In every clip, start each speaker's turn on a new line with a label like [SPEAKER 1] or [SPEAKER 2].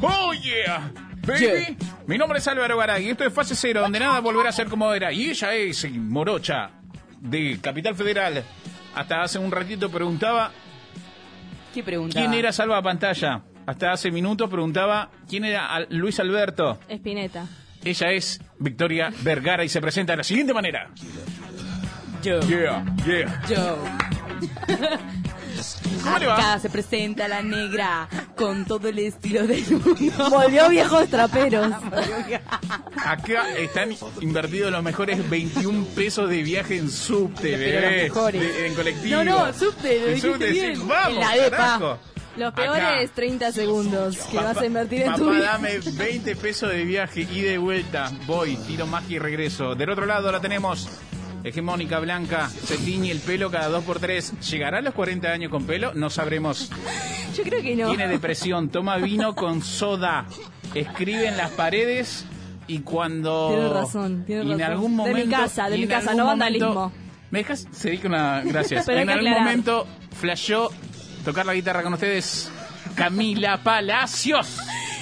[SPEAKER 1] Hola, Oh, baby. Mi nombre es Álvaro Garay y esto es Fase Cero, donde nada volverá a ser como era. Y ella es morocha de Capital Federal. Hasta hace un ratito preguntaba
[SPEAKER 2] ¿Qué pregunta?
[SPEAKER 1] quién era Salva Pantalla. Hasta hace minutos preguntaba quién era Al- Luis Alberto.
[SPEAKER 3] Espineta.
[SPEAKER 1] Ella es Victoria Vergara y se presenta de la siguiente manera.
[SPEAKER 2] Yo.
[SPEAKER 1] Yeah, yeah.
[SPEAKER 2] Yo.
[SPEAKER 1] ¿Cómo le va?
[SPEAKER 2] Acá se presenta la negra con todo el estilo del mundo.
[SPEAKER 4] Volvió viejos traperos.
[SPEAKER 1] Acá están invertidos los mejores 21 pesos de viaje en subte, bebé. De- En colectivo.
[SPEAKER 4] No, no, subte, lo
[SPEAKER 1] En
[SPEAKER 4] dijiste
[SPEAKER 1] subte, sí.
[SPEAKER 4] bien.
[SPEAKER 1] Vamos,
[SPEAKER 4] En la depa.
[SPEAKER 1] carajo.
[SPEAKER 4] Los
[SPEAKER 1] Acá.
[SPEAKER 4] peores 30 segundos que vas a invertir en
[SPEAKER 1] papá,
[SPEAKER 4] tu vida.
[SPEAKER 1] dame 20 pesos de viaje y de vuelta. Voy, tiro magia y regreso. Del otro lado la tenemos. Hegemónica blanca, se tiñe el pelo cada dos por tres. ¿Llegará a los 40 años con pelo? No sabremos.
[SPEAKER 4] Yo creo que no.
[SPEAKER 1] Tiene depresión, toma vino con soda, escribe en las paredes y cuando.
[SPEAKER 4] Tiene razón, tiene
[SPEAKER 1] y en
[SPEAKER 4] razón.
[SPEAKER 1] algún
[SPEAKER 4] De mi
[SPEAKER 1] momento.
[SPEAKER 4] casa, de
[SPEAKER 1] y
[SPEAKER 4] mi
[SPEAKER 1] en
[SPEAKER 4] casa,
[SPEAKER 1] algún
[SPEAKER 4] no
[SPEAKER 1] momento-
[SPEAKER 4] vandalismo.
[SPEAKER 1] ¿Me dejas? Se dedica una. Gracias.
[SPEAKER 4] Pero hay
[SPEAKER 1] en
[SPEAKER 4] que
[SPEAKER 1] algún
[SPEAKER 4] aclarar.
[SPEAKER 1] momento flasheó tocar la guitarra con ustedes. Camila Palacios.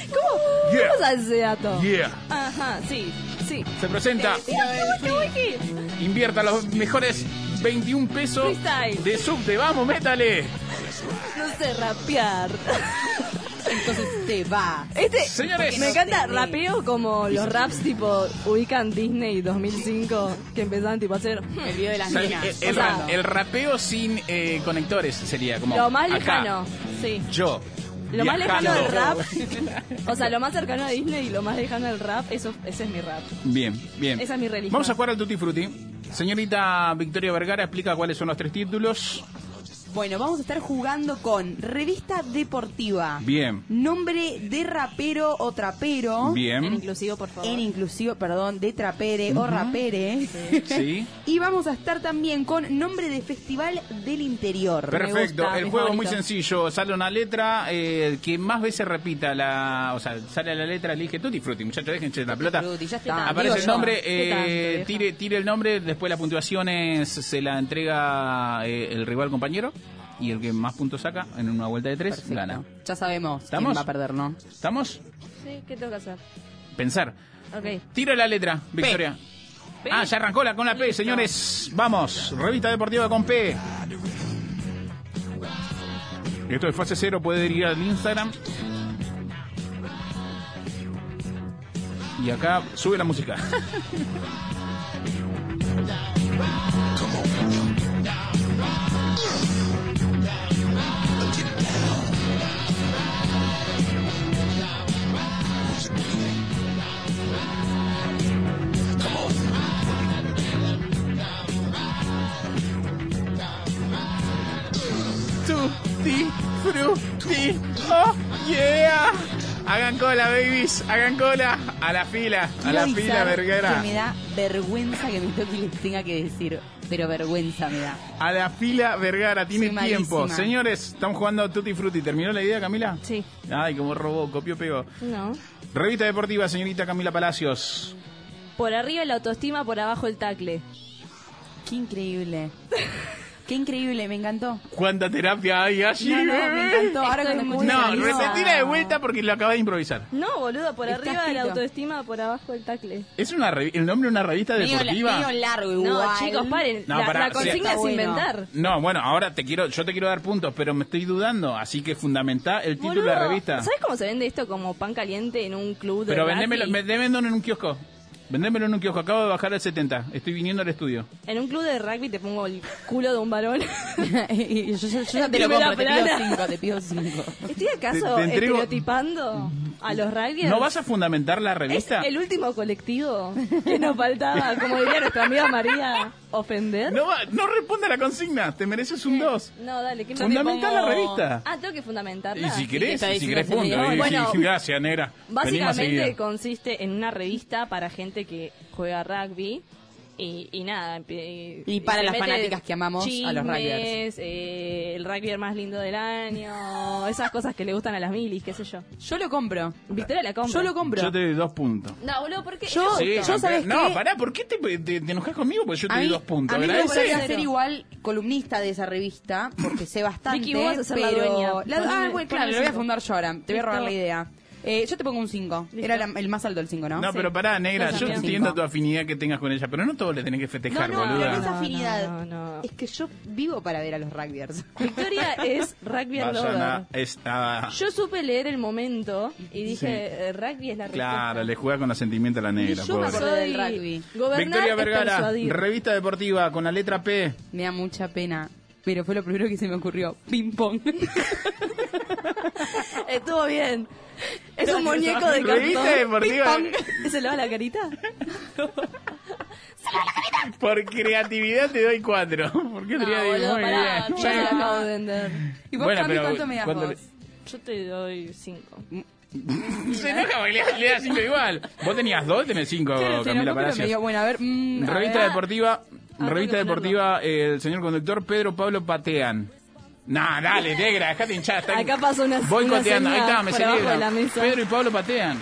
[SPEAKER 4] ¿Cómo?
[SPEAKER 1] Yeah.
[SPEAKER 4] ¿Cómo sabes ese dato?
[SPEAKER 1] Yeah.
[SPEAKER 2] Ajá, sí, sí.
[SPEAKER 1] Se presenta.
[SPEAKER 4] Eh, ah,
[SPEAKER 1] Invierta los mejores 21 pesos
[SPEAKER 2] Freestyle.
[SPEAKER 1] de subte. Vamos, métale.
[SPEAKER 4] No sé rapear.
[SPEAKER 2] Entonces te vas.
[SPEAKER 4] Este,
[SPEAKER 1] Señores.
[SPEAKER 4] me encanta rapeo como los raps tipo ubican Disney 2005 que empezaban tipo a hacer
[SPEAKER 2] El video de las
[SPEAKER 1] El,
[SPEAKER 2] nenas.
[SPEAKER 1] el-
[SPEAKER 4] o sea-
[SPEAKER 1] el rapeo sin eh, conectores sería como.
[SPEAKER 4] lo más
[SPEAKER 1] acá,
[SPEAKER 4] lejano, sí.
[SPEAKER 1] Yo.
[SPEAKER 4] Lo más lejano
[SPEAKER 1] viajando.
[SPEAKER 4] del rap, o sea, lo más cercano a Disney y lo más lejano al rap, eso ese es mi rap.
[SPEAKER 1] Bien, bien.
[SPEAKER 4] Esa es mi religión.
[SPEAKER 1] Vamos a jugar al Tutti Frutti. Señorita Victoria Vergara explica cuáles son los tres títulos.
[SPEAKER 2] Bueno, vamos a estar jugando con revista deportiva.
[SPEAKER 1] Bien.
[SPEAKER 2] Nombre de rapero o trapero.
[SPEAKER 4] En
[SPEAKER 1] Bien.
[SPEAKER 4] inclusivo, por favor.
[SPEAKER 2] En inclusivo, perdón, de trapere o rapere.
[SPEAKER 1] Sí.
[SPEAKER 2] Y vamos a estar también con nombre de festival del interior.
[SPEAKER 1] Perfecto,
[SPEAKER 4] gusta,
[SPEAKER 1] el
[SPEAKER 4] mi
[SPEAKER 1] juego es muy
[SPEAKER 4] favorito.
[SPEAKER 1] sencillo, sale una letra eh, que más veces repita la, o sea, sale la letra, elige Tutti Frutti, muchachos, déjense la pelota.
[SPEAKER 2] Frutti, ya está.
[SPEAKER 1] Aparece
[SPEAKER 2] Digo
[SPEAKER 1] el
[SPEAKER 2] yo.
[SPEAKER 1] nombre,
[SPEAKER 4] ¿Qué
[SPEAKER 1] eh,
[SPEAKER 4] tanto, vieja?
[SPEAKER 1] tire, tire el nombre, después las puntuaciones se la entrega eh, el rival compañero y el que más puntos saca en una vuelta de tres
[SPEAKER 2] Perfecto.
[SPEAKER 1] gana.
[SPEAKER 2] Ya sabemos
[SPEAKER 1] ¿Estamos?
[SPEAKER 2] quién va a perder, ¿no?
[SPEAKER 1] ¿Estamos?
[SPEAKER 4] Sí, ¿qué tengo que hacer?
[SPEAKER 1] Pensar.
[SPEAKER 4] Ok.
[SPEAKER 1] Tiro la letra, Victoria.
[SPEAKER 4] P.
[SPEAKER 1] Ah, ya arrancó la con la P, señores. Vamos, revista deportiva con P. Esto es fase cero, puede ir al Instagram. Y acá sube la música. Tutti frutti. Oh, yeah. Hagan cola, babies. Hagan cola. A la fila. A
[SPEAKER 2] Quiero
[SPEAKER 1] la
[SPEAKER 2] avisar
[SPEAKER 1] fila, verguera.
[SPEAKER 2] Que me da vergüenza que mi toque les tenga que decir, pero vergüenza me da.
[SPEAKER 1] A la fila Vergara, tiene
[SPEAKER 2] Soy
[SPEAKER 1] tiempo.
[SPEAKER 2] malísima.
[SPEAKER 1] Señores, estamos jugando a Tutti Frutti. ¿Terminó la idea, Camila?
[SPEAKER 4] Sí.
[SPEAKER 1] Ay, como robó, copió, pegó.
[SPEAKER 4] No.
[SPEAKER 1] Revista deportiva, señorita Camila Palacios.
[SPEAKER 4] Por arriba la autoestima, por abajo el tacle.
[SPEAKER 2] Qué increíble. Qué increíble, me encantó.
[SPEAKER 1] ¿Cuánta terapia hay allí,
[SPEAKER 2] No, no, me
[SPEAKER 1] bebé?
[SPEAKER 2] encantó. Ahora
[SPEAKER 4] Estoy
[SPEAKER 2] cuando
[SPEAKER 4] muy
[SPEAKER 2] escuché
[SPEAKER 1] No,
[SPEAKER 2] la
[SPEAKER 4] Camila.
[SPEAKER 2] lista-
[SPEAKER 1] repetila de vuelta porque lo acaba de improvisar.
[SPEAKER 4] No, boludo, por
[SPEAKER 2] Está
[SPEAKER 4] arriba la
[SPEAKER 2] escrito.
[SPEAKER 4] autoestima, por abajo el tacle.
[SPEAKER 1] ¿Es una revi- el nombre de una revista
[SPEAKER 2] Medio, la-
[SPEAKER 1] deportiva?
[SPEAKER 2] medio largo
[SPEAKER 4] No,
[SPEAKER 2] igual.
[SPEAKER 4] chicos, paren.
[SPEAKER 1] No,
[SPEAKER 4] la,
[SPEAKER 1] pará,
[SPEAKER 4] la consigna
[SPEAKER 2] sí.
[SPEAKER 4] es
[SPEAKER 2] Bueno.
[SPEAKER 4] inventar.
[SPEAKER 1] No, bueno, ahora te quiero, yo te quiero dar puntos, pero me estoy dudando, así que fundamenta el título de la
[SPEAKER 4] Boludo,
[SPEAKER 1] revista.
[SPEAKER 4] ¿Sabes cómo se vende esto como pan caliente en un club de
[SPEAKER 1] Pero
[SPEAKER 4] rugby?
[SPEAKER 1] vendémelo, vendémelo en un kiosco. Vendémelo en un kiosco, acabo de bajar al 70, estoy viniendo al estudio.
[SPEAKER 4] En un club de rugby te pongo el culo de un varón.
[SPEAKER 2] Y yo, yo- yo ya
[SPEAKER 4] En
[SPEAKER 2] te lo
[SPEAKER 4] primera
[SPEAKER 2] compro, te pido
[SPEAKER 4] plana.
[SPEAKER 2] cinco, te pido cinco.
[SPEAKER 4] ¿Estoy acaso
[SPEAKER 1] Te- te entrego-
[SPEAKER 4] estereotipando a los rugby?
[SPEAKER 1] ¿No vas a fundamentar la
[SPEAKER 4] Es
[SPEAKER 1] revista?
[SPEAKER 4] el último colectivo que nos faltaba, como diría nuestra amiga María, ofender.
[SPEAKER 1] No, va- no responde a la consigna, te mereces un 2.
[SPEAKER 4] No, dale, ¿qué me-
[SPEAKER 1] Fundamenta la
[SPEAKER 2] pongo-
[SPEAKER 1] revista.
[SPEAKER 4] Ah, tengo que fundamentarla.
[SPEAKER 1] Y si
[SPEAKER 2] te
[SPEAKER 1] querés,
[SPEAKER 2] está
[SPEAKER 1] y si
[SPEAKER 2] diciendo
[SPEAKER 1] querés, punto.
[SPEAKER 2] que
[SPEAKER 1] eh,
[SPEAKER 2] no.
[SPEAKER 1] Y- y-
[SPEAKER 4] Bueno,
[SPEAKER 1] y- gracias, negra. Venimos
[SPEAKER 4] Básicamente
[SPEAKER 1] seguida.
[SPEAKER 4] consiste en una revista para gente que juega rugby y, y nada. Y,
[SPEAKER 2] Y para
[SPEAKER 4] se
[SPEAKER 2] las
[SPEAKER 4] mete
[SPEAKER 2] fanáticas que amamos a los rugbyers.
[SPEAKER 4] chismes, eh, el rugby más lindo del año, esas cosas que le gustan a las milis, qué sé yo.
[SPEAKER 2] Yo lo compro.
[SPEAKER 4] Victoria la compra.
[SPEAKER 2] Yo lo compro.
[SPEAKER 1] Yo te doy dos puntos.
[SPEAKER 4] No, boludo, porque
[SPEAKER 2] Yo-
[SPEAKER 1] Sí,
[SPEAKER 2] yo,
[SPEAKER 1] campeón.
[SPEAKER 2] ¿sabes
[SPEAKER 1] no,
[SPEAKER 2] qué?
[SPEAKER 1] pará, ¿por qué te, te- te enojas conmigo? Porque yo te
[SPEAKER 2] A
[SPEAKER 1] doy
[SPEAKER 2] mí,
[SPEAKER 1] dos puntos.
[SPEAKER 2] a mí me
[SPEAKER 1] ¿verdad?
[SPEAKER 2] gustaría
[SPEAKER 1] Ese-
[SPEAKER 2] ser igual columnista de esa revista, porque sé bastante,
[SPEAKER 4] Vicky, vos vas a ser la
[SPEAKER 2] pero...
[SPEAKER 4] dueña.
[SPEAKER 2] La- ah,
[SPEAKER 4] Ponle-
[SPEAKER 2] bueno, claro,
[SPEAKER 4] ponle
[SPEAKER 2] lo voy a
[SPEAKER 4] cinco.
[SPEAKER 2] fundar yo ahora. Te voy a robar la
[SPEAKER 4] Listo.
[SPEAKER 2] idea. Eh, yo te pongo un 5. Era la- el más alto el 5, ¿no?
[SPEAKER 1] No,
[SPEAKER 2] Sí.
[SPEAKER 1] pero pará, negra,
[SPEAKER 2] Yo
[SPEAKER 1] yo
[SPEAKER 2] también.
[SPEAKER 1] entiendo tu
[SPEAKER 2] Cinco.
[SPEAKER 1] afinidad que tengas con ella, pero no todo le tenés que festejar,
[SPEAKER 2] No, no,
[SPEAKER 1] boluda.
[SPEAKER 2] pero esa
[SPEAKER 4] No,
[SPEAKER 2] afinidad.
[SPEAKER 4] no, no.
[SPEAKER 2] Es que yo vivo para ver a los rugbyers.
[SPEAKER 4] Victoria es rugby
[SPEAKER 1] Vayan a,
[SPEAKER 4] lover.
[SPEAKER 1] es- a-
[SPEAKER 4] Yo supe leer el momento y
[SPEAKER 1] Sí.
[SPEAKER 4] dije, eh, rugby es la
[SPEAKER 1] Claro,
[SPEAKER 4] respuesta.
[SPEAKER 1] le juega con la sentimiento a la negra,
[SPEAKER 4] Y yo me
[SPEAKER 1] pobre.
[SPEAKER 2] acordé
[SPEAKER 4] soy
[SPEAKER 2] del rugby.
[SPEAKER 4] gobernar
[SPEAKER 1] Victoria
[SPEAKER 4] es
[SPEAKER 1] Vergara,
[SPEAKER 4] persuadir.
[SPEAKER 1] revista deportiva con la letra P.
[SPEAKER 2] Me da mucha pena. Pero fue lo primero que se me ocurrió. Ping pong.
[SPEAKER 4] Estuvo bien. Es un muñeco de
[SPEAKER 1] Revista
[SPEAKER 4] cartón.
[SPEAKER 1] deportiva.
[SPEAKER 4] Ping-pong. ¿Se lava la carita?
[SPEAKER 1] Por creatividad te doy cuatro. Porque
[SPEAKER 4] No,
[SPEAKER 1] sería
[SPEAKER 4] boludo,
[SPEAKER 1] muy
[SPEAKER 4] pará,
[SPEAKER 1] bien.
[SPEAKER 4] yo se la acabo de vender.
[SPEAKER 2] ¿Y vos,
[SPEAKER 1] Bueno,
[SPEAKER 2] Cami,
[SPEAKER 1] pero
[SPEAKER 2] cuánto me das
[SPEAKER 1] ¿cuánto
[SPEAKER 2] vos?
[SPEAKER 4] Yo te doy cinco.
[SPEAKER 1] Se enoja porque le, le da cinco igual. Vos tenías dos, tenés cinco,
[SPEAKER 2] Claro, se
[SPEAKER 1] Oh, Camila
[SPEAKER 2] enojó, pero me
[SPEAKER 1] Palacios.
[SPEAKER 2] dijo, bueno, a ver. mm, a
[SPEAKER 1] Revista
[SPEAKER 2] ver.
[SPEAKER 1] deportiva,
[SPEAKER 4] tengo
[SPEAKER 1] revista
[SPEAKER 4] que
[SPEAKER 1] deportiva, eh, el señor conductor Pedro Pablo Patean. Nah, dale, negra, dejate hinchar. está-
[SPEAKER 4] Acá pasa una-
[SPEAKER 1] Voy
[SPEAKER 4] una
[SPEAKER 1] coteando, ahí
[SPEAKER 4] señal
[SPEAKER 1] está, me
[SPEAKER 4] por abajo de
[SPEAKER 1] celebra.
[SPEAKER 4] la mesa.
[SPEAKER 1] Pedro y Pablo patean.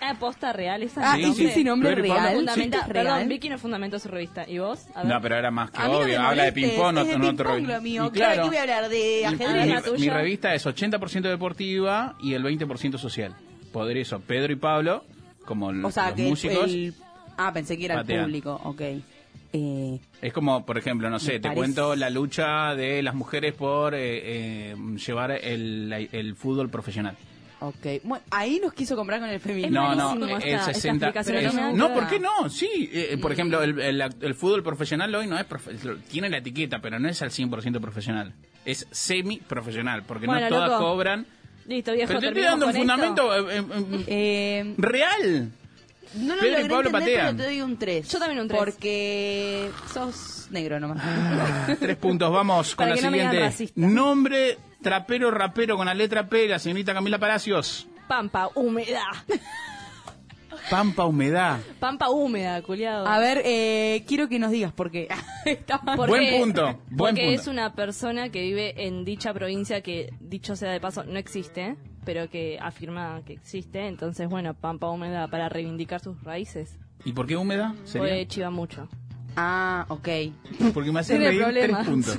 [SPEAKER 4] Aposta real esa.
[SPEAKER 2] Ah,
[SPEAKER 1] Sí,
[SPEAKER 2] ¿y
[SPEAKER 1] sí.
[SPEAKER 2] si ese nombre es
[SPEAKER 1] Pero y Pablo,
[SPEAKER 2] real?
[SPEAKER 1] sí.
[SPEAKER 4] Fundamenta-
[SPEAKER 2] ¿Es real?
[SPEAKER 4] Perdón, Vicky no fundamentó su revista. ¿Y vos? A ver.
[SPEAKER 1] No, pero era más que
[SPEAKER 2] A mí no
[SPEAKER 1] obvio.
[SPEAKER 2] me
[SPEAKER 1] Habla de
[SPEAKER 2] molestes,
[SPEAKER 1] ping-pong, no,
[SPEAKER 2] es de
[SPEAKER 1] no te
[SPEAKER 2] ping-pong
[SPEAKER 1] revi-
[SPEAKER 2] lo mío.
[SPEAKER 1] Y
[SPEAKER 2] Claro, ¿qué voy a hablar de
[SPEAKER 1] Mi-
[SPEAKER 2] ajedrez?
[SPEAKER 1] mi-
[SPEAKER 2] ¿La
[SPEAKER 1] Mi,
[SPEAKER 4] tuya?
[SPEAKER 1] revista es 80% deportiva y el 20% social. Por eso, Pedro y Pablo, como l-
[SPEAKER 2] O sea,
[SPEAKER 1] los
[SPEAKER 2] que el-
[SPEAKER 1] músicos,
[SPEAKER 2] el- Ah, pensé que era
[SPEAKER 1] Patean.
[SPEAKER 2] el público. Ok. Eh,
[SPEAKER 1] es como, por ejemplo, no sé,
[SPEAKER 2] Me
[SPEAKER 1] te
[SPEAKER 2] parece-
[SPEAKER 1] cuento la lucha de las mujeres por eh, eh, llevar el, la- el fútbol profesional.
[SPEAKER 2] ok. Bueno, ahí nos quiso comprar con el feminismo.
[SPEAKER 1] no, no,
[SPEAKER 4] malísimo
[SPEAKER 1] el
[SPEAKER 4] esta- esta
[SPEAKER 1] 60.
[SPEAKER 4] explicación,
[SPEAKER 1] es-
[SPEAKER 4] no me
[SPEAKER 1] no,
[SPEAKER 4] gusta.
[SPEAKER 1] ¿por qué no? Sí, eh, por ejemplo, el, el act- el fútbol profesional hoy no es. profe- tiene la etiqueta, pero no es al 100% profesional. Es semi-profesional, porque
[SPEAKER 4] Bueno,
[SPEAKER 1] no todas
[SPEAKER 4] loco.
[SPEAKER 1] cobran.
[SPEAKER 4] Listo, viejo.
[SPEAKER 1] Pero te estoy
[SPEAKER 4] terminamos
[SPEAKER 1] dando un
[SPEAKER 4] con esto.
[SPEAKER 1] fundamento eh, eh, eh,
[SPEAKER 2] Eh,
[SPEAKER 1] real.
[SPEAKER 2] no lo
[SPEAKER 1] Pedro y
[SPEAKER 2] logré
[SPEAKER 1] Pablo
[SPEAKER 2] entender,
[SPEAKER 1] patean.
[SPEAKER 2] pero te doy un 3.
[SPEAKER 4] Yo también un tres. Ah.
[SPEAKER 2] Porque sos negro nomás.
[SPEAKER 1] Tres puntos, vamos con
[SPEAKER 4] Para
[SPEAKER 1] la
[SPEAKER 4] que no me digan
[SPEAKER 1] siguiente.
[SPEAKER 4] racista.
[SPEAKER 1] Nombre trapero rapero con la letra P, la señorita Camila Palacios.
[SPEAKER 4] Pampa húmeda.
[SPEAKER 1] Pampa Humedad.
[SPEAKER 4] Pampa húmeda, culiado.
[SPEAKER 2] A ver, eh, quiero que nos digas por qué. Está mal.
[SPEAKER 4] Porque-
[SPEAKER 1] Buen punto, buen
[SPEAKER 4] porque
[SPEAKER 1] punto.
[SPEAKER 4] es una persona que vive en dicha provincia que, dicho sea de paso, no existe, pero que afirma que existe. Entonces, bueno, Pampa Húmeda para reivindicar sus raíces.
[SPEAKER 1] ¿Y por qué húmeda?
[SPEAKER 4] Puede
[SPEAKER 1] Sería?
[SPEAKER 4] chiva mucho.
[SPEAKER 2] Ah, ok.
[SPEAKER 1] Porque me hace
[SPEAKER 4] Pues, Tiene
[SPEAKER 1] reír
[SPEAKER 4] problemas.
[SPEAKER 1] tres puntos.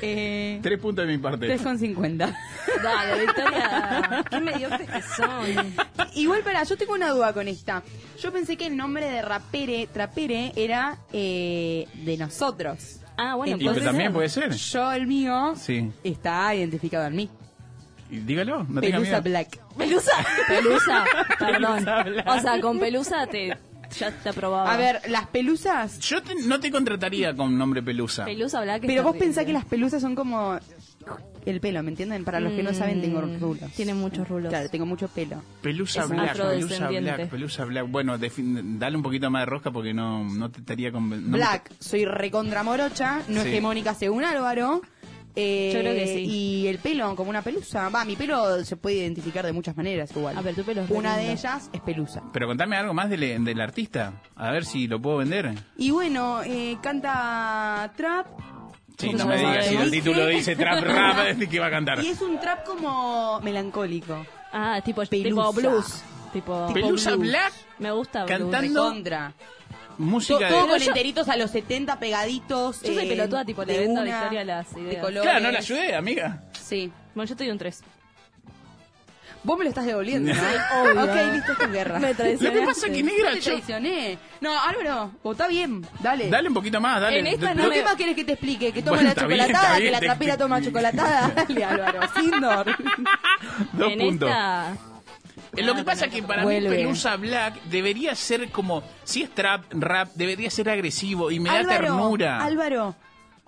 [SPEAKER 2] Eh,
[SPEAKER 1] Tres puntos de mi parte.
[SPEAKER 2] 3,50.
[SPEAKER 4] Dale, Victoria. Qué mediocres que son.
[SPEAKER 2] Igual, para, yo tengo una duda con esta. Yo pensé que el nombre de rapere, trapere, era eh, de nosotros.
[SPEAKER 4] Ah, bueno,
[SPEAKER 1] Y, pero
[SPEAKER 4] pues
[SPEAKER 1] también puede ser.
[SPEAKER 2] Yo, el mío,
[SPEAKER 1] Sí.
[SPEAKER 2] está identificado en mí.
[SPEAKER 1] Y dígalo, no tenga
[SPEAKER 2] Pelusa
[SPEAKER 1] miedo.
[SPEAKER 2] Black. Pelusa.
[SPEAKER 4] Pelusa, perdón.
[SPEAKER 1] Pelusa blanca.
[SPEAKER 4] O sea, con pelusa te, ya está aprobado.
[SPEAKER 2] A ver, las pelusas.
[SPEAKER 1] Yo te- no te contrataría con nombre Pelusa.
[SPEAKER 4] Pelusa blanca.
[SPEAKER 2] Pero vos pensás que las pelusas son como el pelo, ¿me entienden? Para los que no saben, tengo rulos.
[SPEAKER 4] Mm, Tiene muchos rulos.
[SPEAKER 2] Claro, tengo mucho pelo.
[SPEAKER 1] Pelusa
[SPEAKER 4] Es un
[SPEAKER 1] Black, Pelusa
[SPEAKER 4] afrodescendiente.
[SPEAKER 1] Black, Pelusa Black. Bueno, defin- dale un poquito más de rosca porque no, no te estaría con...
[SPEAKER 2] Black, soy recontra morocha, no
[SPEAKER 1] Sí.
[SPEAKER 2] hegemónica según Álvaro. eh,
[SPEAKER 4] Yo creo que sí.
[SPEAKER 2] Y el pelo, como una pelusa. Va, mi pelo se puede identificar de muchas maneras igual.
[SPEAKER 4] Ah, pero tu pelo es re
[SPEAKER 2] una de
[SPEAKER 4] lindo.
[SPEAKER 2] ellas es pelusa.
[SPEAKER 1] Pero contame algo más del, del artista, a ver si lo puedo vender.
[SPEAKER 2] Y bueno, eh, canta trap.
[SPEAKER 1] Sí,
[SPEAKER 4] Como
[SPEAKER 1] no me
[SPEAKER 4] yo
[SPEAKER 1] digas, si
[SPEAKER 4] dije.
[SPEAKER 1] el título dice trap rap, ¿de ¿qué va a cantar?
[SPEAKER 2] Y es un trap como melancólico.
[SPEAKER 4] Ah, tipo,
[SPEAKER 2] Pelusa.
[SPEAKER 4] tipo blues. Tipo,
[SPEAKER 1] Pelusa
[SPEAKER 4] blues.
[SPEAKER 1] Black,
[SPEAKER 4] Me gusta blues.
[SPEAKER 1] Cantando-
[SPEAKER 2] Contra. To-
[SPEAKER 1] música
[SPEAKER 2] todo
[SPEAKER 1] de...
[SPEAKER 2] con
[SPEAKER 4] yo-
[SPEAKER 2] enteritos a los 70 pegaditos. eh,
[SPEAKER 4] Yo soy pelotuda, tipo, le
[SPEAKER 2] de
[SPEAKER 4] vendo a
[SPEAKER 2] una,
[SPEAKER 4] Victoria las
[SPEAKER 2] de
[SPEAKER 4] ideas.
[SPEAKER 2] colores.
[SPEAKER 1] Claro, no la ayudé, amiga.
[SPEAKER 2] Sí.
[SPEAKER 4] Bueno, yo te doy un 3.
[SPEAKER 2] Vos me lo estás devolviendo. ¿no?
[SPEAKER 4] obvio.
[SPEAKER 2] ok, listo, esto es guerra.
[SPEAKER 4] Me traicionaste.
[SPEAKER 1] Lo que pasa es que negra,
[SPEAKER 2] Yo te
[SPEAKER 1] yo-
[SPEAKER 2] traicioné. No, Álvaro, votá bien. Dale.
[SPEAKER 1] Dale un poquito más, dale.
[SPEAKER 4] En esta
[SPEAKER 1] Te-
[SPEAKER 4] no
[SPEAKER 2] ¿Pero
[SPEAKER 1] te-
[SPEAKER 2] qué más querés que te explique? ¿Que toma
[SPEAKER 1] Bueno,
[SPEAKER 2] la
[SPEAKER 1] está bien,
[SPEAKER 2] chocolatada?
[SPEAKER 1] está
[SPEAKER 2] ¿Que
[SPEAKER 1] bien,
[SPEAKER 2] la
[SPEAKER 1] te-
[SPEAKER 2] trapera
[SPEAKER 1] te-
[SPEAKER 2] toma chocolatada? Dale, Álvaro, Sindor.
[SPEAKER 1] Dos
[SPEAKER 4] en
[SPEAKER 1] puntos.
[SPEAKER 4] esta.
[SPEAKER 1] Eh, Lo que pasa es que para
[SPEAKER 2] Vuelve.
[SPEAKER 1] mí Pelusa Black debería ser como, si es trap, rap, debería ser agresivo y me da ternura.
[SPEAKER 2] Álvaro,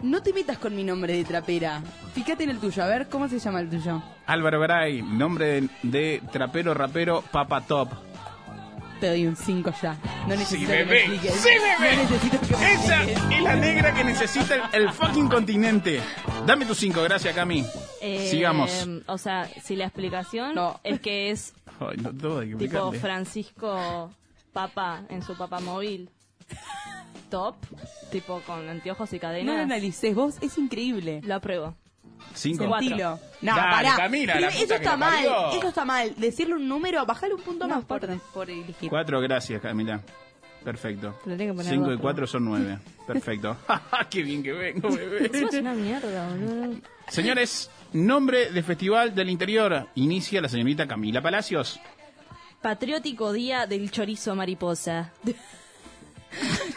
[SPEAKER 2] no te metas con mi nombre de trapera. Fíjate en el tuyo, a ver, ¿cómo se llama el tuyo?
[SPEAKER 1] Álvaro Garay, nombre de, de trapero, rapero, papa top.
[SPEAKER 2] Te doy un 5 ya. No
[SPEAKER 1] Sí,
[SPEAKER 2] necesito que me
[SPEAKER 1] bebé,
[SPEAKER 2] expliques.
[SPEAKER 1] sí, bebé.
[SPEAKER 2] No necesito que me
[SPEAKER 1] Esa
[SPEAKER 2] expliques.
[SPEAKER 1] es la negra que necesita el, el fucking continente. Dame tus cinco, gracias, Cami.
[SPEAKER 4] eh,
[SPEAKER 1] Sigamos.
[SPEAKER 2] em,
[SPEAKER 4] O sea, si la explicación
[SPEAKER 2] No.
[SPEAKER 4] es que es
[SPEAKER 1] Ay, no, todo hay que
[SPEAKER 4] tipo
[SPEAKER 1] explicarle.
[SPEAKER 4] Francisco Papa en su papá móvil. Top. Tipo con anteojos y
[SPEAKER 2] No lo
[SPEAKER 4] cadenas.
[SPEAKER 2] analices vos, es increíble.
[SPEAKER 4] lo apruebo.
[SPEAKER 1] Cinco.
[SPEAKER 4] Cuatro.
[SPEAKER 2] Estilo. No,
[SPEAKER 1] Dale,
[SPEAKER 2] pará.
[SPEAKER 1] Camila, la
[SPEAKER 2] Primero,
[SPEAKER 1] puta
[SPEAKER 2] eso
[SPEAKER 1] que
[SPEAKER 2] está
[SPEAKER 1] la
[SPEAKER 2] mal,
[SPEAKER 1] parió.
[SPEAKER 2] eso está mal. Decirle un número, bajarle un punto
[SPEAKER 4] No,
[SPEAKER 2] más por,
[SPEAKER 4] por-
[SPEAKER 2] por elegir.
[SPEAKER 1] Cuatro, gracias, Camila. Perfecto.
[SPEAKER 4] Lo tenés que poner
[SPEAKER 1] Cinco y
[SPEAKER 4] otro.
[SPEAKER 1] cuatro son nueve. Perfecto. Ah, Qué bien que vengo, bebé.
[SPEAKER 4] Encima es una mierda, boludo.
[SPEAKER 1] Señores, nombre de Festival del Interior. Inicia la señorita Camila Palacios.
[SPEAKER 4] Patriótico Día del Chorizo Mariposa.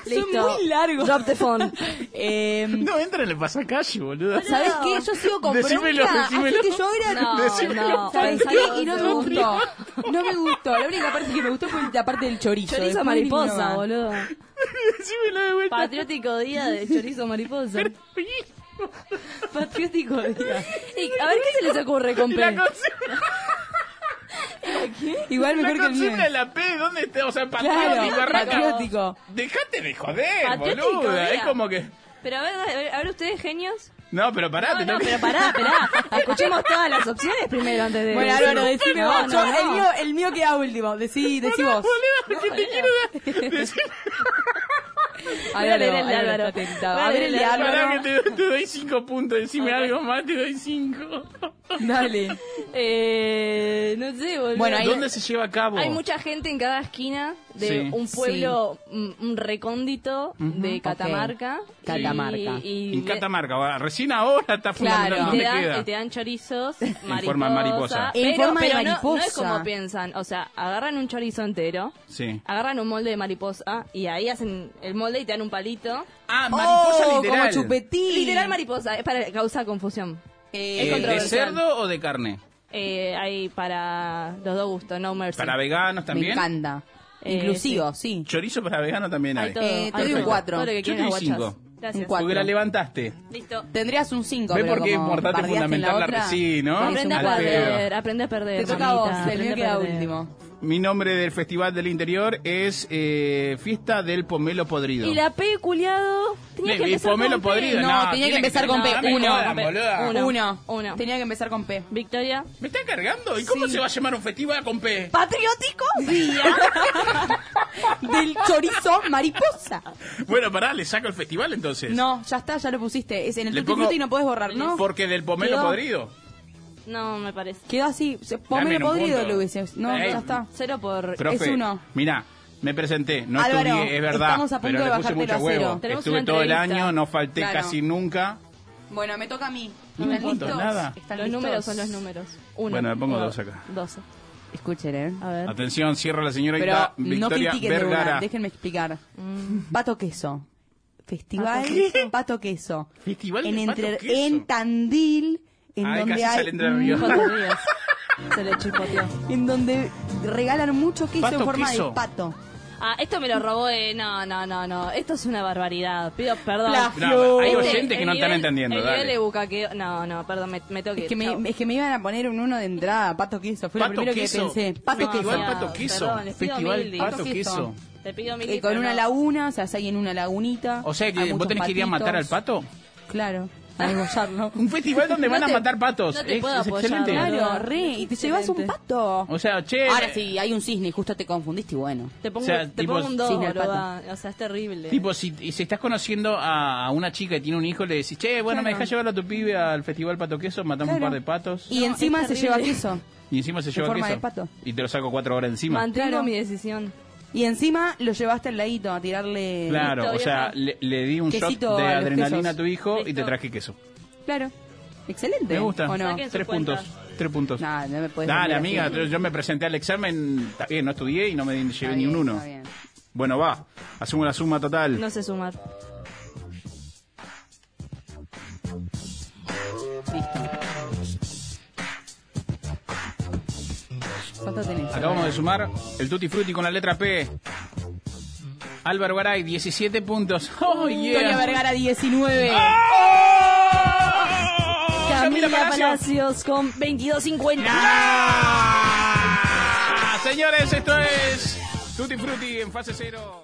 [SPEAKER 2] Son muy largos.
[SPEAKER 4] Drop the phone. Eh,
[SPEAKER 1] No, entra en el pasacalle, boludo.
[SPEAKER 2] ¿Sabés qué? Yo sigo con
[SPEAKER 1] Decímelo,
[SPEAKER 2] bronca,
[SPEAKER 1] decímelo.
[SPEAKER 2] así que yo era...
[SPEAKER 4] No,
[SPEAKER 1] Decímelo.
[SPEAKER 4] no.
[SPEAKER 2] ¿Sabés
[SPEAKER 4] Pensalo
[SPEAKER 2] qué? Y no me
[SPEAKER 4] otro.
[SPEAKER 2] gustó. No me gustó. La única parte que me gustó fue la parte del chorizo.
[SPEAKER 4] Chorizo
[SPEAKER 2] Después
[SPEAKER 4] Mariposa,
[SPEAKER 2] vino-
[SPEAKER 4] boludo.
[SPEAKER 1] Decímelo de vuelta.
[SPEAKER 4] Patriótico Día del Chorizo Mariposa. Patriótico Día. Y, a ver, ¿qué se les ocurre con
[SPEAKER 1] La
[SPEAKER 4] P?
[SPEAKER 1] consigna,
[SPEAKER 2] Igual
[SPEAKER 1] la
[SPEAKER 2] mejor que el mío.
[SPEAKER 1] consigna de la P, ¿dónde está? O sea, patriótico,
[SPEAKER 2] Claro,
[SPEAKER 1] arranca.
[SPEAKER 2] patriótico.
[SPEAKER 1] Dejate de joder,
[SPEAKER 4] Patriótico,
[SPEAKER 1] boluda. Es
[SPEAKER 4] mira.
[SPEAKER 1] como que.
[SPEAKER 4] Pero a ver, a ver, a ver ustedes, genios.
[SPEAKER 1] No, Ah, pero pará,
[SPEAKER 4] No,
[SPEAKER 1] te
[SPEAKER 4] no,
[SPEAKER 1] tengo que-
[SPEAKER 4] pero pará, pará. Escuchemos todas las opciones primero antes de...
[SPEAKER 2] Bueno, Álvaro, decime
[SPEAKER 4] No,
[SPEAKER 2] vos.
[SPEAKER 4] no,
[SPEAKER 2] Yo-
[SPEAKER 4] no.
[SPEAKER 2] El, mío, el mío queda último. Decí, decí
[SPEAKER 1] Pará,
[SPEAKER 2] vos.
[SPEAKER 1] boluda, que te quiero dar. Decí-
[SPEAKER 4] Voy a leer el de
[SPEAKER 2] Álvaro
[SPEAKER 4] Álvaro.
[SPEAKER 2] está tentado.
[SPEAKER 4] Voy a
[SPEAKER 2] A ver
[SPEAKER 4] leer
[SPEAKER 2] el
[SPEAKER 4] el
[SPEAKER 2] de
[SPEAKER 4] de
[SPEAKER 2] Álvaro.
[SPEAKER 1] Pará, que te, te doy cinco puntos. Decime
[SPEAKER 4] Ok.
[SPEAKER 1] algo más, te doy cinco.
[SPEAKER 2] Dale.
[SPEAKER 4] Ah, Eh, no sé, boludo.
[SPEAKER 2] Bueno, ahí-
[SPEAKER 1] ¿Dónde se lleva a cabo?
[SPEAKER 4] Hay mucha gente en cada esquina de
[SPEAKER 1] Sí.
[SPEAKER 4] un pueblo mm, un recóndito de
[SPEAKER 2] ok.
[SPEAKER 4] Catamarca. Y-
[SPEAKER 2] Catamarca.
[SPEAKER 4] Y,
[SPEAKER 1] En Catamarca, ahora, recién ahora está fundamentando
[SPEAKER 2] Claro.
[SPEAKER 4] Te
[SPEAKER 1] dónde
[SPEAKER 4] dan,
[SPEAKER 1] queda.
[SPEAKER 4] y te dan chorizos mariposa,
[SPEAKER 1] forma de mariposa.
[SPEAKER 2] En
[SPEAKER 4] Pero,
[SPEAKER 2] forma de
[SPEAKER 4] pero no- No, es
[SPEAKER 2] mariposa.
[SPEAKER 4] como piensan. O sea, agarran un chorizo entero,
[SPEAKER 1] Sí.
[SPEAKER 4] agarran un molde de mariposa y ahí hacen el molde y te dan un palito.
[SPEAKER 1] Ah, mariposa
[SPEAKER 2] oh,
[SPEAKER 1] literal.
[SPEAKER 2] como chupetín.
[SPEAKER 4] Literal mariposa, es para causar confusión.
[SPEAKER 2] Eh,
[SPEAKER 1] Eh, ¿De
[SPEAKER 4] controversial.
[SPEAKER 1] cerdo o de carne?
[SPEAKER 4] Eh, hay para los dos gustos, no mercy.
[SPEAKER 1] ¿Para veganos
[SPEAKER 2] me
[SPEAKER 1] también?
[SPEAKER 2] encanta.
[SPEAKER 4] Eh,
[SPEAKER 2] Inclusivo, sí.
[SPEAKER 1] Chorizo para vegano también
[SPEAKER 4] Hay
[SPEAKER 1] hay.
[SPEAKER 4] todo.
[SPEAKER 2] Eh, te doy
[SPEAKER 4] hay
[SPEAKER 2] un
[SPEAKER 4] todo.
[SPEAKER 2] cuatro.
[SPEAKER 4] Todo lo que
[SPEAKER 1] Yo te
[SPEAKER 4] quieras,
[SPEAKER 1] doy
[SPEAKER 4] guachas.
[SPEAKER 1] cinco.
[SPEAKER 4] Gracias.
[SPEAKER 2] Un cuatro.
[SPEAKER 1] Porque la levantaste.
[SPEAKER 4] Listo.
[SPEAKER 2] Tendrías un 5.
[SPEAKER 1] ¿Ves por qué es importante fundamentar la
[SPEAKER 2] reci,
[SPEAKER 1] reci, no? Porque
[SPEAKER 4] Aprende a
[SPEAKER 1] Ah, Al pedo.
[SPEAKER 4] perder, aprende a perder.
[SPEAKER 2] Te toca a vos,
[SPEAKER 4] mamita,
[SPEAKER 2] el
[SPEAKER 4] aprende
[SPEAKER 2] mío
[SPEAKER 4] a
[SPEAKER 2] queda
[SPEAKER 4] perder.
[SPEAKER 2] último.
[SPEAKER 1] Mi nombre del Festival del Interior es eh, Fiesta del Pomelo Podrido.
[SPEAKER 4] Y la P, culiado. Tenía
[SPEAKER 1] Y-
[SPEAKER 4] que
[SPEAKER 1] y
[SPEAKER 4] empezar
[SPEAKER 1] pomelo
[SPEAKER 4] con P.
[SPEAKER 1] podrido,
[SPEAKER 2] No, tenía
[SPEAKER 1] tiene
[SPEAKER 2] que empezar con
[SPEAKER 1] tener-
[SPEAKER 2] P,
[SPEAKER 1] no me
[SPEAKER 2] uno.
[SPEAKER 1] jodan, boluda.
[SPEAKER 4] Uno.
[SPEAKER 2] Uno.
[SPEAKER 4] Uno.
[SPEAKER 2] Tenía que empezar con P.
[SPEAKER 4] Victoria.
[SPEAKER 1] ¿Me está cargando? ¿Y cómo se va a llamar un festival con P?
[SPEAKER 2] Patriótico del chorizo mariposa.
[SPEAKER 1] Bueno, pará, le saco el festival entonces.
[SPEAKER 2] No, ya está, ya lo pusiste. Es en el
[SPEAKER 1] Le
[SPEAKER 2] Tutti
[SPEAKER 1] pongo-
[SPEAKER 2] Frutti y no podés borrar, ¿no?
[SPEAKER 1] Porque del pomelo
[SPEAKER 2] Quedó-
[SPEAKER 1] podrido.
[SPEAKER 4] No, me parece.
[SPEAKER 2] Quedó así. se- Pomelo
[SPEAKER 1] Dame un
[SPEAKER 2] podrido
[SPEAKER 1] punto.
[SPEAKER 2] lo hubieses. No,
[SPEAKER 1] Ey,
[SPEAKER 2] ya está.
[SPEAKER 4] Cero por.
[SPEAKER 1] Profe,
[SPEAKER 2] Es uno.
[SPEAKER 1] Mirá, me presenté, no
[SPEAKER 2] Álvaro,
[SPEAKER 1] estudié, es verdad,
[SPEAKER 2] estamos a punto
[SPEAKER 1] pero
[SPEAKER 2] de
[SPEAKER 1] le puse
[SPEAKER 2] bajártelo
[SPEAKER 1] mucho
[SPEAKER 2] a cero.
[SPEAKER 1] huevo.
[SPEAKER 4] Tenemos
[SPEAKER 1] Estuve
[SPEAKER 4] una
[SPEAKER 1] todo el
[SPEAKER 4] entrevista.
[SPEAKER 1] año, no falté
[SPEAKER 2] Claro.
[SPEAKER 1] casi nunca.
[SPEAKER 2] Bueno, me toca a mí.
[SPEAKER 1] No
[SPEAKER 2] ¿Están
[SPEAKER 1] me importa
[SPEAKER 2] listos?
[SPEAKER 1] nada.
[SPEAKER 2] ¿Están
[SPEAKER 4] los
[SPEAKER 2] listos?
[SPEAKER 4] números son los números. Uno.
[SPEAKER 1] Bueno, le pongo
[SPEAKER 4] Uno,
[SPEAKER 1] dos acá.
[SPEAKER 4] Doce.
[SPEAKER 2] Escuchen, eh.
[SPEAKER 4] A ver.
[SPEAKER 1] Atención, cierra la señora
[SPEAKER 2] Pero
[SPEAKER 1] Ita,
[SPEAKER 2] no
[SPEAKER 1] Victoria
[SPEAKER 2] critiquen de una,
[SPEAKER 1] Vergara.
[SPEAKER 2] déjenme explicar. Pato Queso. Festival
[SPEAKER 4] Mm. Pato
[SPEAKER 2] Pato
[SPEAKER 1] Queso.
[SPEAKER 2] Queso.
[SPEAKER 1] Festival de
[SPEAKER 2] en,
[SPEAKER 1] Pato Queso.
[SPEAKER 2] en Tandil, en
[SPEAKER 1] Ay,
[SPEAKER 2] donde
[SPEAKER 1] casi
[SPEAKER 2] hay
[SPEAKER 1] sale entre nervios.
[SPEAKER 4] Hijo de Dios. Se le chispoteó.
[SPEAKER 2] en donde regalan mucho queso
[SPEAKER 1] Pato
[SPEAKER 2] en forma
[SPEAKER 1] Queso.
[SPEAKER 2] de pato.
[SPEAKER 4] Ah, esto me lo robó. Eh. No, no, no, no. Esto es una barbaridad. Pido perdón.
[SPEAKER 2] Plagio.
[SPEAKER 1] No, hay
[SPEAKER 4] Este,
[SPEAKER 1] oyentes que
[SPEAKER 4] el
[SPEAKER 1] no están
[SPEAKER 4] nivel-
[SPEAKER 1] entendiendo,
[SPEAKER 4] El nivel de
[SPEAKER 1] dale.
[SPEAKER 4] bucaqueo. No, no, perdón, me, me tengo que
[SPEAKER 2] Es que, me,
[SPEAKER 4] chao.
[SPEAKER 2] me- es que me iban a poner un uno de entrada, Pato Queso. Fue
[SPEAKER 1] Pato
[SPEAKER 2] lo primero
[SPEAKER 1] Queso.
[SPEAKER 2] que pensé. Pato
[SPEAKER 4] No,
[SPEAKER 2] Queso.
[SPEAKER 1] Festival
[SPEAKER 4] no,
[SPEAKER 1] Pato Queso.
[SPEAKER 4] perdón, les pido
[SPEAKER 1] Festival
[SPEAKER 4] mil
[SPEAKER 1] Pato
[SPEAKER 2] disculpas.
[SPEAKER 1] Queso.
[SPEAKER 4] Te pido mil
[SPEAKER 2] Eh, con una
[SPEAKER 4] disculpas,
[SPEAKER 2] laguna, o sea, se hay en una lagunita.
[SPEAKER 1] O sea
[SPEAKER 2] hay
[SPEAKER 1] que vos
[SPEAKER 2] muchos
[SPEAKER 1] tenés que ir a
[SPEAKER 2] patitos.
[SPEAKER 1] matar al pato.
[SPEAKER 2] Claro, a degollarlo.
[SPEAKER 1] Un festival donde
[SPEAKER 4] No
[SPEAKER 1] van a
[SPEAKER 4] te-
[SPEAKER 1] matar patos.
[SPEAKER 4] no te
[SPEAKER 1] es,
[SPEAKER 4] puedo
[SPEAKER 1] es
[SPEAKER 4] apoyar,
[SPEAKER 1] excelente.
[SPEAKER 2] Claro,
[SPEAKER 4] Boludo,
[SPEAKER 2] re. Y
[SPEAKER 4] Ah,
[SPEAKER 2] te
[SPEAKER 4] excelente.
[SPEAKER 2] llevas un pato.
[SPEAKER 1] O sea, che.
[SPEAKER 2] Ahora sí, hay un cisne y justo te confundiste y bueno.
[SPEAKER 4] Te pongo,
[SPEAKER 1] O sea,
[SPEAKER 4] te
[SPEAKER 1] tipo-
[SPEAKER 4] pongo un dos,
[SPEAKER 2] Cisne al
[SPEAKER 4] boluda. O sea, es terrible.
[SPEAKER 1] Tipo, si, y si estás conociendo a a una chica que tiene un hijo, le decís, che, bueno, me
[SPEAKER 2] Claro.
[SPEAKER 1] dejás llevar a tu pibe al festival Pato Queso, matamos un
[SPEAKER 2] Claro.
[SPEAKER 1] par de patos.
[SPEAKER 2] Y
[SPEAKER 4] No,
[SPEAKER 2] encima
[SPEAKER 4] es
[SPEAKER 2] se lleva
[SPEAKER 4] terrible.
[SPEAKER 2] queso.
[SPEAKER 1] Y encima se
[SPEAKER 2] De
[SPEAKER 1] lleva
[SPEAKER 2] forma
[SPEAKER 1] queso.
[SPEAKER 2] de pato.
[SPEAKER 1] Y te lo saco cuatro horas encima.
[SPEAKER 4] Mantengo
[SPEAKER 2] Claro.
[SPEAKER 4] mi decisión.
[SPEAKER 2] Y encima lo llevaste al ladito a tirarle.
[SPEAKER 1] Claro, o
[SPEAKER 4] Listo,
[SPEAKER 1] sea,
[SPEAKER 4] vieja.
[SPEAKER 1] le, le di un
[SPEAKER 2] Quesito
[SPEAKER 1] shot de
[SPEAKER 2] a los
[SPEAKER 1] adrenalina
[SPEAKER 2] quesos.
[SPEAKER 1] a tu hijo y te
[SPEAKER 4] Listo.
[SPEAKER 1] traje queso.
[SPEAKER 2] Claro. Excelente.
[SPEAKER 1] Me gusta.
[SPEAKER 2] ¿O no?
[SPEAKER 4] Saquen sus
[SPEAKER 1] Tres puntos.
[SPEAKER 4] cuentas.
[SPEAKER 1] Tres puntos.
[SPEAKER 2] Nah, no me puedes
[SPEAKER 1] Dale,
[SPEAKER 2] decir
[SPEAKER 1] amiga,
[SPEAKER 2] así.
[SPEAKER 1] yo, yo me presenté al examen, está bien, no estudié y no me di-
[SPEAKER 2] Está
[SPEAKER 1] llevé ni un
[SPEAKER 2] bien,
[SPEAKER 1] uno.
[SPEAKER 2] está bien.
[SPEAKER 1] Bueno, va, hacemos la suma total.
[SPEAKER 4] No sé sumar.
[SPEAKER 2] Listo. ¿Cuánto tenés?
[SPEAKER 1] Acabamos de sumar el Tutti Frutti con la letra P. Álvaro Garay, 17 puntos. ¡Oh,
[SPEAKER 2] Victoria
[SPEAKER 1] yeah!
[SPEAKER 2] Vergara 19.
[SPEAKER 1] ¡Oh!
[SPEAKER 4] Camila
[SPEAKER 1] Palacio.
[SPEAKER 4] Palacios con 22.50.
[SPEAKER 1] ¡Ah! Señores, esto es Tutti Frutti en fase cero.